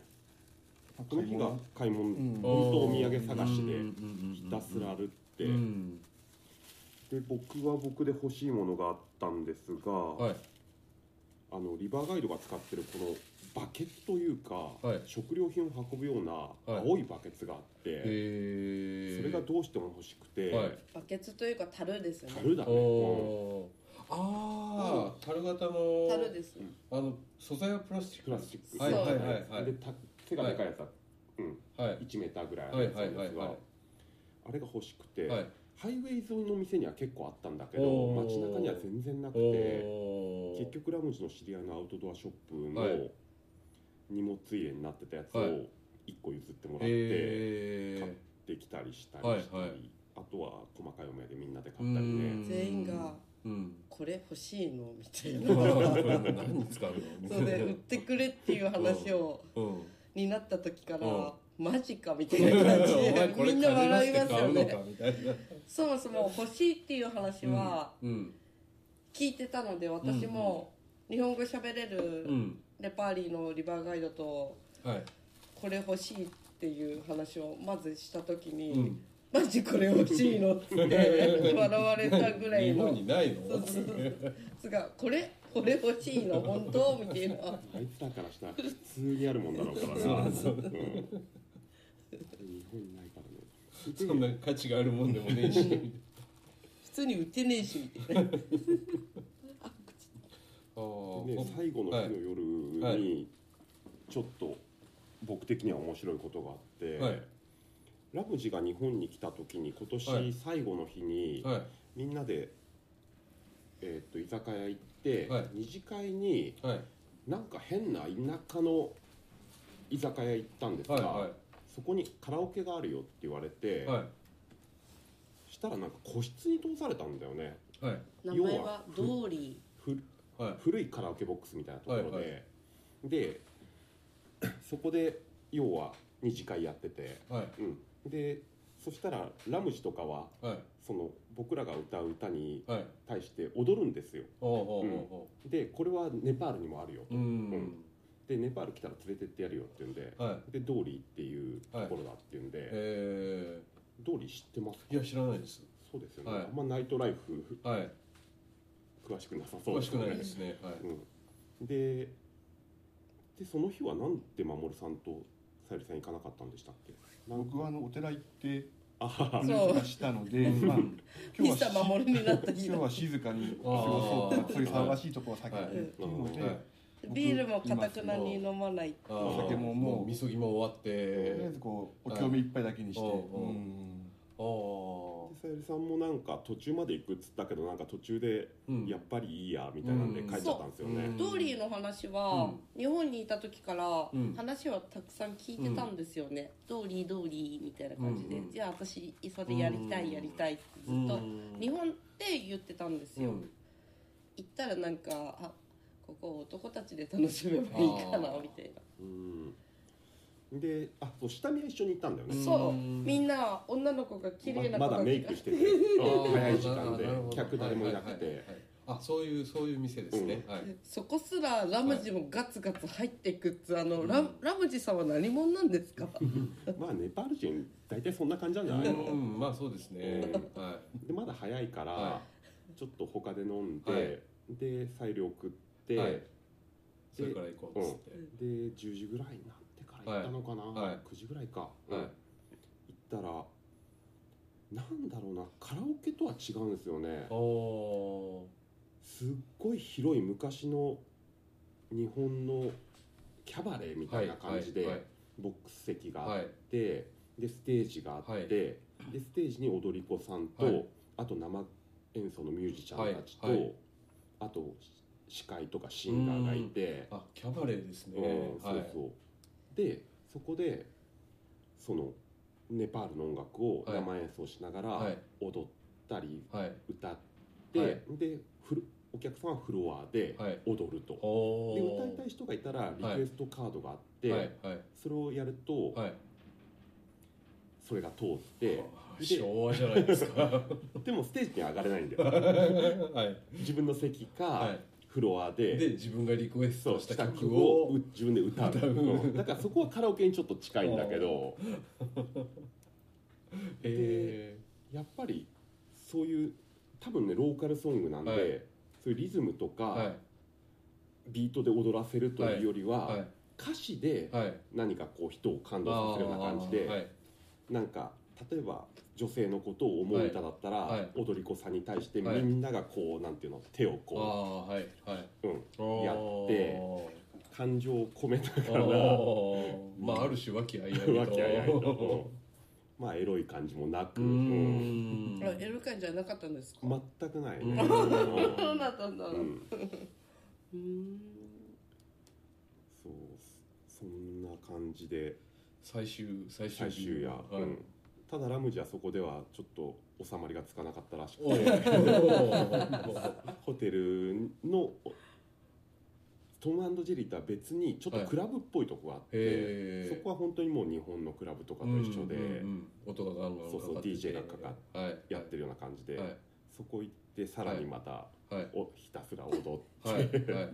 [SPEAKER 3] この日が買い物、
[SPEAKER 5] ん
[SPEAKER 3] 本当お土産探しで
[SPEAKER 2] うんうんうんうん
[SPEAKER 3] ひたすら歩って、
[SPEAKER 2] うん
[SPEAKER 3] で僕は僕で欲しいものがあったんですが、
[SPEAKER 2] はい
[SPEAKER 3] あのリバーガイドが使ってるこのバケツというか、
[SPEAKER 2] はい
[SPEAKER 3] 食料品を運ぶような青いバケツがあって、
[SPEAKER 2] へえ
[SPEAKER 3] それがどうしても欲しくて、
[SPEAKER 2] はい
[SPEAKER 4] バケツというか樽ですよね
[SPEAKER 3] 樽だね、うん
[SPEAKER 2] おーああ樽型の
[SPEAKER 4] 樽です、
[SPEAKER 2] あの素材はプラスチック
[SPEAKER 3] プラスチック
[SPEAKER 2] はいはいはいはい
[SPEAKER 3] でた手がでかいやつは、うん、
[SPEAKER 2] はい
[SPEAKER 3] 1メーターぐらいあ
[SPEAKER 2] は
[SPEAKER 3] る
[SPEAKER 2] い
[SPEAKER 3] やつ
[SPEAKER 2] は
[SPEAKER 3] なん
[SPEAKER 2] いは
[SPEAKER 3] で
[SPEAKER 2] い
[SPEAKER 3] すが、
[SPEAKER 2] は
[SPEAKER 3] あれが欲しくて、
[SPEAKER 2] いはい
[SPEAKER 3] ハイウェイ沿いの店には結構あったんだけど
[SPEAKER 2] おー
[SPEAKER 3] 街中には全然なくて
[SPEAKER 2] おー
[SPEAKER 3] 結局ラムジの知り合いのアウトドアショップ
[SPEAKER 2] は
[SPEAKER 3] の
[SPEAKER 2] い
[SPEAKER 3] 荷物入れになってたやつ
[SPEAKER 2] は
[SPEAKER 3] を
[SPEAKER 2] い
[SPEAKER 3] 1個譲ってもらって、
[SPEAKER 2] へ
[SPEAKER 3] 買っ
[SPEAKER 2] え
[SPEAKER 3] できたりしたり
[SPEAKER 2] はい
[SPEAKER 3] したり、
[SPEAKER 2] はい
[SPEAKER 3] あとは細かいお土産みんなで買
[SPEAKER 2] う
[SPEAKER 3] ったり
[SPEAKER 2] ん
[SPEAKER 3] ね
[SPEAKER 4] 全員が
[SPEAKER 2] うん
[SPEAKER 4] これ欲しいのみたいな
[SPEAKER 2] 何に使うのみた
[SPEAKER 4] そう
[SPEAKER 2] い
[SPEAKER 4] で売ってくれっていう話を
[SPEAKER 2] なうん
[SPEAKER 4] になった時から、
[SPEAKER 2] うん
[SPEAKER 4] マジかみた い
[SPEAKER 2] お
[SPEAKER 4] な感じ
[SPEAKER 2] 前
[SPEAKER 4] で
[SPEAKER 2] こ
[SPEAKER 4] み
[SPEAKER 2] れ
[SPEAKER 4] んな
[SPEAKER 2] 金
[SPEAKER 4] 笑い
[SPEAKER 2] 出して
[SPEAKER 4] ます
[SPEAKER 2] 買
[SPEAKER 4] よ
[SPEAKER 2] うの
[SPEAKER 4] ね
[SPEAKER 2] かみたいな
[SPEAKER 4] そもそも欲しいっていう話は
[SPEAKER 2] うん
[SPEAKER 4] 聞いてたので私も日本語喋れ
[SPEAKER 2] う
[SPEAKER 4] る
[SPEAKER 2] ん
[SPEAKER 4] レパーリーのリバーガイドと
[SPEAKER 2] はい
[SPEAKER 4] これ欲しいっていう話をまずした時に、
[SPEAKER 2] うん
[SPEAKER 4] マジこれ欲しいのって笑われたぐらい
[SPEAKER 2] 日本
[SPEAKER 4] の
[SPEAKER 2] にないの
[SPEAKER 4] そうそうそうつがこれこれ欲しいの本当みたいな
[SPEAKER 3] あいつらからしたら普通にあるもんだろうから なうん日本ないからね
[SPEAKER 2] そんな価値があるもんでもねえし
[SPEAKER 4] 普通に売ってねえしみたいな
[SPEAKER 2] あ
[SPEAKER 3] でね
[SPEAKER 2] ー
[SPEAKER 3] 最後の日の夜に、
[SPEAKER 2] はいは
[SPEAKER 3] ちょっと僕的には面白いことがあって、
[SPEAKER 2] はい
[SPEAKER 3] ラムジが日本に来た時に今
[SPEAKER 2] はい
[SPEAKER 3] 年最後の日に、
[SPEAKER 2] はい
[SPEAKER 3] みんなで、えー、と居酒屋行って、
[SPEAKER 2] はい
[SPEAKER 3] 二次会に
[SPEAKER 2] はい
[SPEAKER 3] なんか変な田舎の居酒屋行ったんですが、
[SPEAKER 2] はいは
[SPEAKER 3] そこにカラオケがあるよって言われて、
[SPEAKER 2] いはい
[SPEAKER 3] したらなんか個室に通されたんだよね
[SPEAKER 2] はい
[SPEAKER 4] 名
[SPEAKER 3] 要は
[SPEAKER 4] 前はドーリ
[SPEAKER 3] ふ
[SPEAKER 2] はい
[SPEAKER 3] 古いカラオケボックスみたいなところで、
[SPEAKER 2] はい
[SPEAKER 3] で そこで要は二次会やってて、
[SPEAKER 2] はい
[SPEAKER 3] うん、でそしたらラムジとかは
[SPEAKER 2] はい
[SPEAKER 3] その僕らが歌う歌に
[SPEAKER 2] はい
[SPEAKER 3] 対して踊るんですよ
[SPEAKER 2] おうおうお
[SPEAKER 3] でこれはネパールにもあるよ
[SPEAKER 2] うおううん
[SPEAKER 3] でネパール来たら連れてってやるよって言うんで
[SPEAKER 2] はい
[SPEAKER 3] でドーリーっていうところだって言うんで、
[SPEAKER 2] え
[SPEAKER 3] ドーリー知ってますか
[SPEAKER 2] ーいや知らないです
[SPEAKER 3] そうですよね、
[SPEAKER 2] はい
[SPEAKER 3] あんまナイトライフ
[SPEAKER 2] はい
[SPEAKER 3] 詳しくなさそう
[SPEAKER 2] 詳
[SPEAKER 3] で
[SPEAKER 2] し
[SPEAKER 3] す
[SPEAKER 2] く
[SPEAKER 3] よ
[SPEAKER 2] ない
[SPEAKER 3] ね
[SPEAKER 2] ですねはい
[SPEAKER 3] うん、ででその日はなんで守さんとさゆりさん行かなかったんでしたっけなん
[SPEAKER 5] 僕はあのお寺行って
[SPEAKER 3] あはは
[SPEAKER 4] そう
[SPEAKER 5] 話したので、まあ、
[SPEAKER 4] ー
[SPEAKER 5] 今
[SPEAKER 4] ミ
[SPEAKER 5] 日
[SPEAKER 4] サ
[SPEAKER 5] はし
[SPEAKER 4] 守るになった
[SPEAKER 5] 今
[SPEAKER 4] 日
[SPEAKER 5] 日
[SPEAKER 4] だ
[SPEAKER 5] は静かに過ごそうとかそういう騒がしいとこは避けてっていうので、
[SPEAKER 2] はい
[SPEAKER 4] ビールもかたくなに飲まない
[SPEAKER 2] あ
[SPEAKER 5] お酒
[SPEAKER 2] ー
[SPEAKER 5] ももう
[SPEAKER 2] もうみそぎも終わっ
[SPEAKER 5] とりあえ
[SPEAKER 2] て
[SPEAKER 5] ずこうお清め一杯だけにして、
[SPEAKER 2] はい
[SPEAKER 5] うん
[SPEAKER 2] ああ
[SPEAKER 3] でさゆりさんもなんか途中まで行くっつったけどなんか途中で
[SPEAKER 2] うん
[SPEAKER 3] やっぱりいいやみたいなんで
[SPEAKER 2] うん
[SPEAKER 3] 帰っちゃったんですよね、
[SPEAKER 2] うん
[SPEAKER 4] ドーリーの話は、日本にいた時から
[SPEAKER 2] うん
[SPEAKER 4] 話はたくさん聞いてたんですよね、ドーリードーリーみたいな感じで、
[SPEAKER 2] うん
[SPEAKER 4] じゃあ私それやりた
[SPEAKER 2] うん
[SPEAKER 4] いやりたいってずっと日本って言ってたんですよ、
[SPEAKER 2] うん
[SPEAKER 4] 行ったらなんかあここ男たちで楽しめばいいかな
[SPEAKER 2] あー
[SPEAKER 4] みたいな
[SPEAKER 3] うんであそう下見は一緒に行ったんだよね
[SPEAKER 2] うん
[SPEAKER 4] そうみんな女の子が綺麗な
[SPEAKER 3] ま
[SPEAKER 4] 子
[SPEAKER 3] まだ
[SPEAKER 4] た
[SPEAKER 3] メイ
[SPEAKER 4] ちが
[SPEAKER 3] クしてて
[SPEAKER 2] あー
[SPEAKER 3] 早い時間で
[SPEAKER 2] なるほど
[SPEAKER 3] 客誰もいなく
[SPEAKER 2] はいはい
[SPEAKER 3] て
[SPEAKER 2] はいはいあそういうそういう店ですねはい
[SPEAKER 4] そこすらラムジもガツガツ入ってくっつあの、
[SPEAKER 2] うん
[SPEAKER 4] ララムジさんは何者なんですか
[SPEAKER 3] まあネパール人大体そんな感じなんじゃないの
[SPEAKER 2] うんまあそうですね
[SPEAKER 3] う
[SPEAKER 2] は
[SPEAKER 3] でまだ早いから、
[SPEAKER 2] は
[SPEAKER 3] ちょっと他で飲んで、
[SPEAKER 2] はい
[SPEAKER 3] で裁量食っ
[SPEAKER 2] い
[SPEAKER 3] て、
[SPEAKER 2] はいそれから行こうっつって
[SPEAKER 3] で10時ぐらいになってから行ったのかな、
[SPEAKER 2] はいはい
[SPEAKER 3] 9時ぐらいか、
[SPEAKER 2] はい
[SPEAKER 3] 行ったらなんだろうなカラオケとは違うんですよね
[SPEAKER 2] おお
[SPEAKER 3] すっごい広い昔の日本のキャバレーみ
[SPEAKER 2] ー
[SPEAKER 3] たいな感じ
[SPEAKER 2] はい
[SPEAKER 3] でボックス席があ
[SPEAKER 2] はい
[SPEAKER 3] って、でステージがあって、
[SPEAKER 2] はい
[SPEAKER 3] でステージに踊り子さんと、
[SPEAKER 2] はい
[SPEAKER 3] あと生演奏のミュージシャンたちと、
[SPEAKER 2] はいはい
[SPEAKER 3] あと司会とかシンガーがいて、
[SPEAKER 2] あキャバレーですね
[SPEAKER 3] うんそ
[SPEAKER 2] は
[SPEAKER 3] う
[SPEAKER 2] い
[SPEAKER 3] そう、でそこでそのネパールの音楽を
[SPEAKER 2] はい
[SPEAKER 3] 生演奏しながら
[SPEAKER 2] はい
[SPEAKER 3] 踊ったり
[SPEAKER 2] はい
[SPEAKER 3] 歌って、
[SPEAKER 2] はい
[SPEAKER 3] でフルお客さんはフロアで
[SPEAKER 2] はい
[SPEAKER 3] 踊ると、
[SPEAKER 2] お
[SPEAKER 3] で歌い
[SPEAKER 2] お
[SPEAKER 3] たい人がいたらリクエストカードがあって、
[SPEAKER 2] はいはい
[SPEAKER 3] それをやると、
[SPEAKER 2] はい
[SPEAKER 3] それが通ってで
[SPEAKER 2] 昭和じゃないですかは
[SPEAKER 3] でもステージには上がれないんだ よ
[SPEAKER 2] い
[SPEAKER 3] 自分の席か、
[SPEAKER 2] はい
[SPEAKER 3] フロアで
[SPEAKER 2] で自分がリクエス
[SPEAKER 3] そう
[SPEAKER 2] トし
[SPEAKER 3] したた
[SPEAKER 2] 曲
[SPEAKER 3] 曲を
[SPEAKER 2] を
[SPEAKER 3] う自分で歌う
[SPEAKER 2] 歌う
[SPEAKER 3] うんだからそこはカラオケにちょっと近いんだけど
[SPEAKER 2] へ
[SPEAKER 3] やっぱりそういう多分ねローカルソングなんで、
[SPEAKER 2] はい
[SPEAKER 3] そういうリズムとか、
[SPEAKER 2] ーはい
[SPEAKER 3] ビートで踊らせるというよりは、
[SPEAKER 2] はい
[SPEAKER 3] 歌詞で
[SPEAKER 2] はい
[SPEAKER 3] 何かこう人を感動させるような感じで、
[SPEAKER 2] あーはい
[SPEAKER 3] なんか例えば女性のことを思う歌だったら、
[SPEAKER 2] はいはい
[SPEAKER 3] 踊り子さんに対してみ
[SPEAKER 2] はい
[SPEAKER 3] んながこうなんていうの手を
[SPEAKER 2] あ
[SPEAKER 3] こ、
[SPEAKER 2] ーはいはいう
[SPEAKER 3] うん、やって
[SPEAKER 2] おー
[SPEAKER 3] 感情を込めなが ら
[SPEAKER 2] おーまあある種和気あいあいと
[SPEAKER 3] 和気あいあいと まあエロい感じもなく、
[SPEAKER 2] うーん
[SPEAKER 4] あエロ感じゃなかったんですか、
[SPEAKER 3] うん全くないね、
[SPEAKER 2] うん
[SPEAKER 4] そうだったんだ、
[SPEAKER 3] う
[SPEAKER 4] うんーん、
[SPEAKER 3] そうそんな感じで
[SPEAKER 2] 最終最終
[SPEAKER 3] 最
[SPEAKER 2] 日
[SPEAKER 3] 終や、
[SPEAKER 2] はい
[SPEAKER 3] うんただラムジはそこではちょっと収まりがつかなかったらしく
[SPEAKER 2] おう
[SPEAKER 3] て
[SPEAKER 2] お
[SPEAKER 3] ホテルのトムジェリーとは別にちょっとクラブっぽいとこがあって、
[SPEAKER 2] え
[SPEAKER 3] そこは本当にもう日本のクラブとかと一緒で
[SPEAKER 2] 音がガンガンかかってて
[SPEAKER 3] そうそう DJ がかか
[SPEAKER 2] て、はい、
[SPEAKER 3] やってるような感じで、
[SPEAKER 2] はい
[SPEAKER 3] そこ行ってさらにまた
[SPEAKER 2] はい
[SPEAKER 3] おひたすら踊って、
[SPEAKER 2] はいはい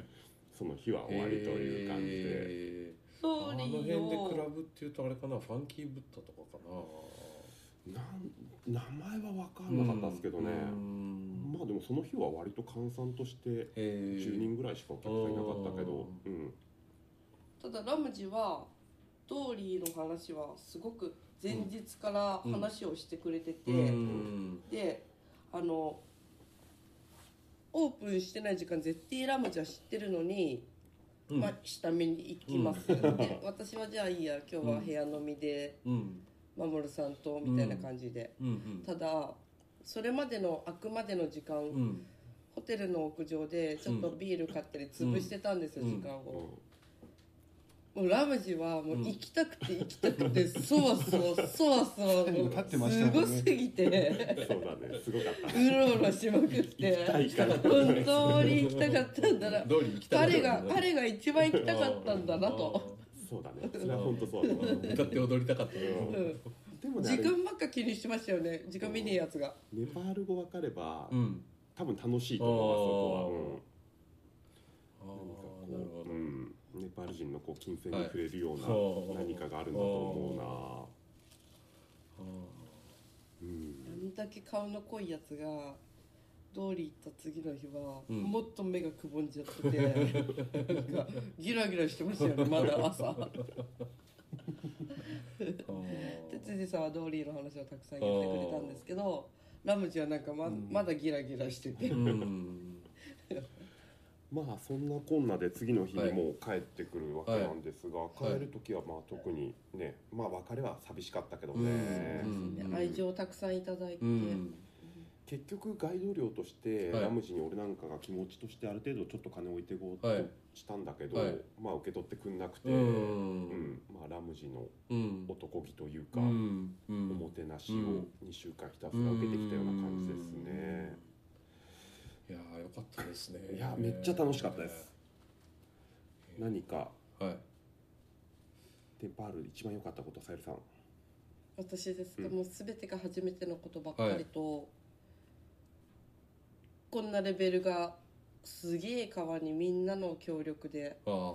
[SPEAKER 3] その日は 終わりという感じで、
[SPEAKER 2] え
[SPEAKER 4] ス
[SPEAKER 2] ー
[SPEAKER 4] ト
[SPEAKER 2] あ
[SPEAKER 4] ー
[SPEAKER 2] の
[SPEAKER 4] リ
[SPEAKER 2] 辺で
[SPEAKER 4] ーを
[SPEAKER 2] クラブっていうとあれかなファンキーブッダとかかな
[SPEAKER 3] なん名前は分からなかったんですけどね、
[SPEAKER 2] うん
[SPEAKER 3] まあでもその日は割と閑散として
[SPEAKER 2] えー
[SPEAKER 3] 10人ぐらいしかお客さんいなかったけど、うん、
[SPEAKER 4] ただラムジはドーリーの話はすごく前日から話をしてくれてて、
[SPEAKER 2] うん
[SPEAKER 4] であのオープンしてない時間絶対ラムジは知ってるのに、
[SPEAKER 2] うん
[SPEAKER 4] まあ、下見に行きます、で私はじゃあいいや今日は部屋飲みで
[SPEAKER 2] うん
[SPEAKER 4] マモルさんとみたいな感じで、
[SPEAKER 2] うんうん
[SPEAKER 4] ただそれまでのあくまでの時間、
[SPEAKER 2] うん
[SPEAKER 4] ホテルの屋上でちょっとビール買ったり潰してたんですよ、
[SPEAKER 2] うん
[SPEAKER 4] 時間
[SPEAKER 3] う
[SPEAKER 4] を、
[SPEAKER 3] ん
[SPEAKER 4] もうラムジはもう行きたくて行きたくて、そわそわそわそわもう
[SPEAKER 5] 立ってましたよね
[SPEAKER 4] すごすぎて
[SPEAKER 3] そうだ ねすごかった
[SPEAKER 4] うろうろしまくっ
[SPEAKER 3] 行きた
[SPEAKER 4] て
[SPEAKER 3] いから
[SPEAKER 4] 本当に行きたかったんだな
[SPEAKER 2] 通り行きたかった
[SPEAKER 4] 彼
[SPEAKER 2] んだ
[SPEAKER 4] が彼が一番行きたかったんだなと、
[SPEAKER 3] そうだねそれは本当そうだと思う
[SPEAKER 2] あー歌って踊りたかった
[SPEAKER 4] う
[SPEAKER 2] よ
[SPEAKER 4] ん、
[SPEAKER 3] でもねあ
[SPEAKER 4] 時
[SPEAKER 3] れ
[SPEAKER 4] 間ばっか気にしてましたよね時間見ねえやつが
[SPEAKER 3] ネパール語分かれば、
[SPEAKER 2] うん
[SPEAKER 3] 多分楽しいと思うあそこは、う
[SPEAKER 2] あ
[SPEAKER 3] ん
[SPEAKER 2] ー
[SPEAKER 3] 何かこ
[SPEAKER 2] なるほど
[SPEAKER 3] う、うん、ネパール人のこう金銭に触れるような
[SPEAKER 2] はい
[SPEAKER 3] 何かがあるんだと思うな、うん
[SPEAKER 4] あんだけ顔の濃いやつが通り行った次の日は、
[SPEAKER 2] うん
[SPEAKER 4] もっと目がくぼんじゃっててなんかギラギラしてましたよねまだ朝
[SPEAKER 2] あー
[SPEAKER 4] で辻さんはドーリーの話をたくさん言ってくれたんですけどラムジはなんかま,、
[SPEAKER 5] うん
[SPEAKER 4] まだギラギラしてて、
[SPEAKER 2] うん
[SPEAKER 3] まあそんなこんなで次の日
[SPEAKER 2] は
[SPEAKER 3] に
[SPEAKER 2] い
[SPEAKER 3] もう帰ってくるわけなんですが、
[SPEAKER 2] い
[SPEAKER 3] 帰る時はまあ特にねまあ別れは寂しかったけど
[SPEAKER 2] うん
[SPEAKER 3] ね、
[SPEAKER 2] うん
[SPEAKER 4] で愛情をたくさんいただいて、
[SPEAKER 2] うん
[SPEAKER 3] 結局ガイド料として
[SPEAKER 2] はい
[SPEAKER 3] ラムジに俺なんかが気持ちとしてある程度ちょっと金置いていこう
[SPEAKER 2] はい
[SPEAKER 3] としたんだけど、
[SPEAKER 2] はい
[SPEAKER 3] まあ受け取ってくんなくて、
[SPEAKER 2] う
[SPEAKER 3] うん
[SPEAKER 2] ん
[SPEAKER 3] まあ、ラムジの
[SPEAKER 2] うん
[SPEAKER 3] 男気というか、
[SPEAKER 2] うんう
[SPEAKER 3] お
[SPEAKER 2] ん
[SPEAKER 3] もてなしを2週間ひたすら受けてきたような感じですね、
[SPEAKER 2] いやーよかったですね
[SPEAKER 3] いやめっちゃ楽しかったです、何か
[SPEAKER 2] はい
[SPEAKER 3] テンパールで一番良かったことさゆりさん
[SPEAKER 4] 私ですか、
[SPEAKER 3] うん
[SPEAKER 4] もう全てが初めてのことばっかりと、こんなレベルがすげえ川にみんなの協力で
[SPEAKER 2] ああ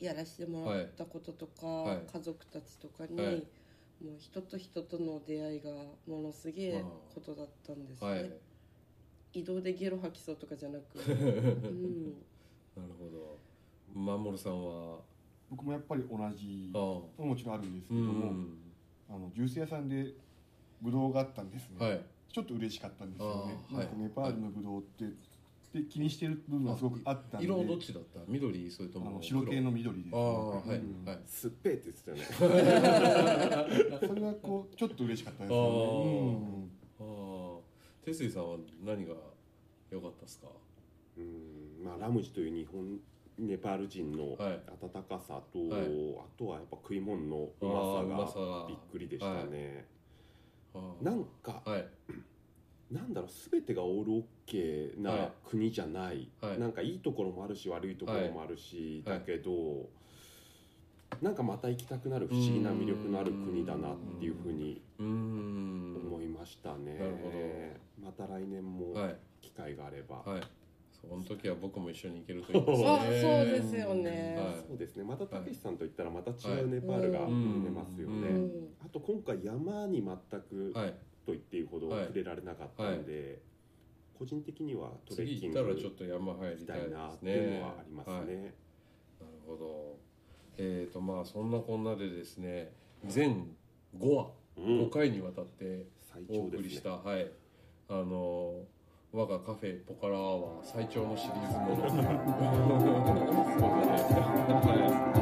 [SPEAKER 4] やらせてもらったこととか、
[SPEAKER 2] はい
[SPEAKER 4] 家族たちとかに、
[SPEAKER 2] はい
[SPEAKER 4] もう人と人との出会いがものすげえことだったんですね、
[SPEAKER 2] はい
[SPEAKER 4] 移動でゲロ吐きそうとかじゃなく、うん、
[SPEAKER 2] なるほどマモルさんは
[SPEAKER 5] 僕もやっぱり同じ
[SPEAKER 2] ああ
[SPEAKER 5] もちろんあるんですけ
[SPEAKER 2] う
[SPEAKER 5] ども、
[SPEAKER 2] ん
[SPEAKER 5] あのジュース屋さんでブドウがあったんですね、
[SPEAKER 2] はい
[SPEAKER 5] ちょっと嬉しかったんですよね
[SPEAKER 2] あーはい
[SPEAKER 5] なんかネパールのブドウって、で気にしてる部分はすごくあったんで
[SPEAKER 2] 色どっちだった緑それと
[SPEAKER 5] あの
[SPEAKER 2] も
[SPEAKER 5] 白系の緑です、
[SPEAKER 2] ああはいはい
[SPEAKER 5] うん
[SPEAKER 3] すっぺーって言ってたよね
[SPEAKER 5] それはこうちょっと嬉しかったです
[SPEAKER 2] あ
[SPEAKER 5] よ
[SPEAKER 2] ー
[SPEAKER 5] ね、
[SPEAKER 2] ああ哲井さんは何が良かったですか
[SPEAKER 3] うんまあラムジという日本ネパール人の
[SPEAKER 2] はい
[SPEAKER 3] 温かさと、
[SPEAKER 2] はい
[SPEAKER 3] あとはやっぱ食い物のう
[SPEAKER 2] あーう
[SPEAKER 3] ま
[SPEAKER 2] ま
[SPEAKER 3] さ
[SPEAKER 2] さが
[SPEAKER 3] がびっくりでしたね、
[SPEAKER 2] あー
[SPEAKER 3] なんか、
[SPEAKER 2] はい
[SPEAKER 3] なんだろう全てがオールオッケー
[SPEAKER 2] はい
[SPEAKER 3] な国じゃない、
[SPEAKER 2] はい
[SPEAKER 3] なんかいいところもあるし悪いところもあるし、
[SPEAKER 2] はい
[SPEAKER 3] だけどなんかまた行きたくなる不思議な魅力のある国だなっていうふうに
[SPEAKER 2] うーん
[SPEAKER 3] 思いましたね、
[SPEAKER 2] なる
[SPEAKER 3] また来年も
[SPEAKER 2] はい
[SPEAKER 3] 機会があれば、
[SPEAKER 2] はいその時は僕も一緒に行けるといいです
[SPEAKER 4] あ そう
[SPEAKER 2] ね
[SPEAKER 4] ですよね、
[SPEAKER 2] はい
[SPEAKER 3] そうですねまたたけしさんといったらまた違うネパールが
[SPEAKER 4] はい
[SPEAKER 3] 出ますよね、
[SPEAKER 2] うん
[SPEAKER 3] あと今回山に全く
[SPEAKER 2] はい
[SPEAKER 3] と言っていいほど
[SPEAKER 2] はい
[SPEAKER 3] 触れられなかったんで、個人的にはトレッ
[SPEAKER 2] 次行
[SPEAKER 3] キン
[SPEAKER 2] っ
[SPEAKER 3] グ
[SPEAKER 2] たらちょっと山入
[SPEAKER 3] 行
[SPEAKER 2] り
[SPEAKER 3] き
[SPEAKER 2] た
[SPEAKER 3] た
[SPEAKER 2] い
[SPEAKER 3] い
[SPEAKER 2] で
[SPEAKER 3] なっ
[SPEAKER 2] す
[SPEAKER 3] ていう
[SPEAKER 2] ね
[SPEAKER 3] のはありますね、
[SPEAKER 2] はいなるほどえー、とまあそんなこんなでですね全5話、
[SPEAKER 3] うん
[SPEAKER 2] 5回にわたって
[SPEAKER 3] 最
[SPEAKER 2] お
[SPEAKER 3] 長
[SPEAKER 2] 送
[SPEAKER 3] で
[SPEAKER 2] り
[SPEAKER 3] す
[SPEAKER 2] し
[SPEAKER 3] ね
[SPEAKER 2] た、はいあの我がカフェポカラアワー最長のシリーズものはい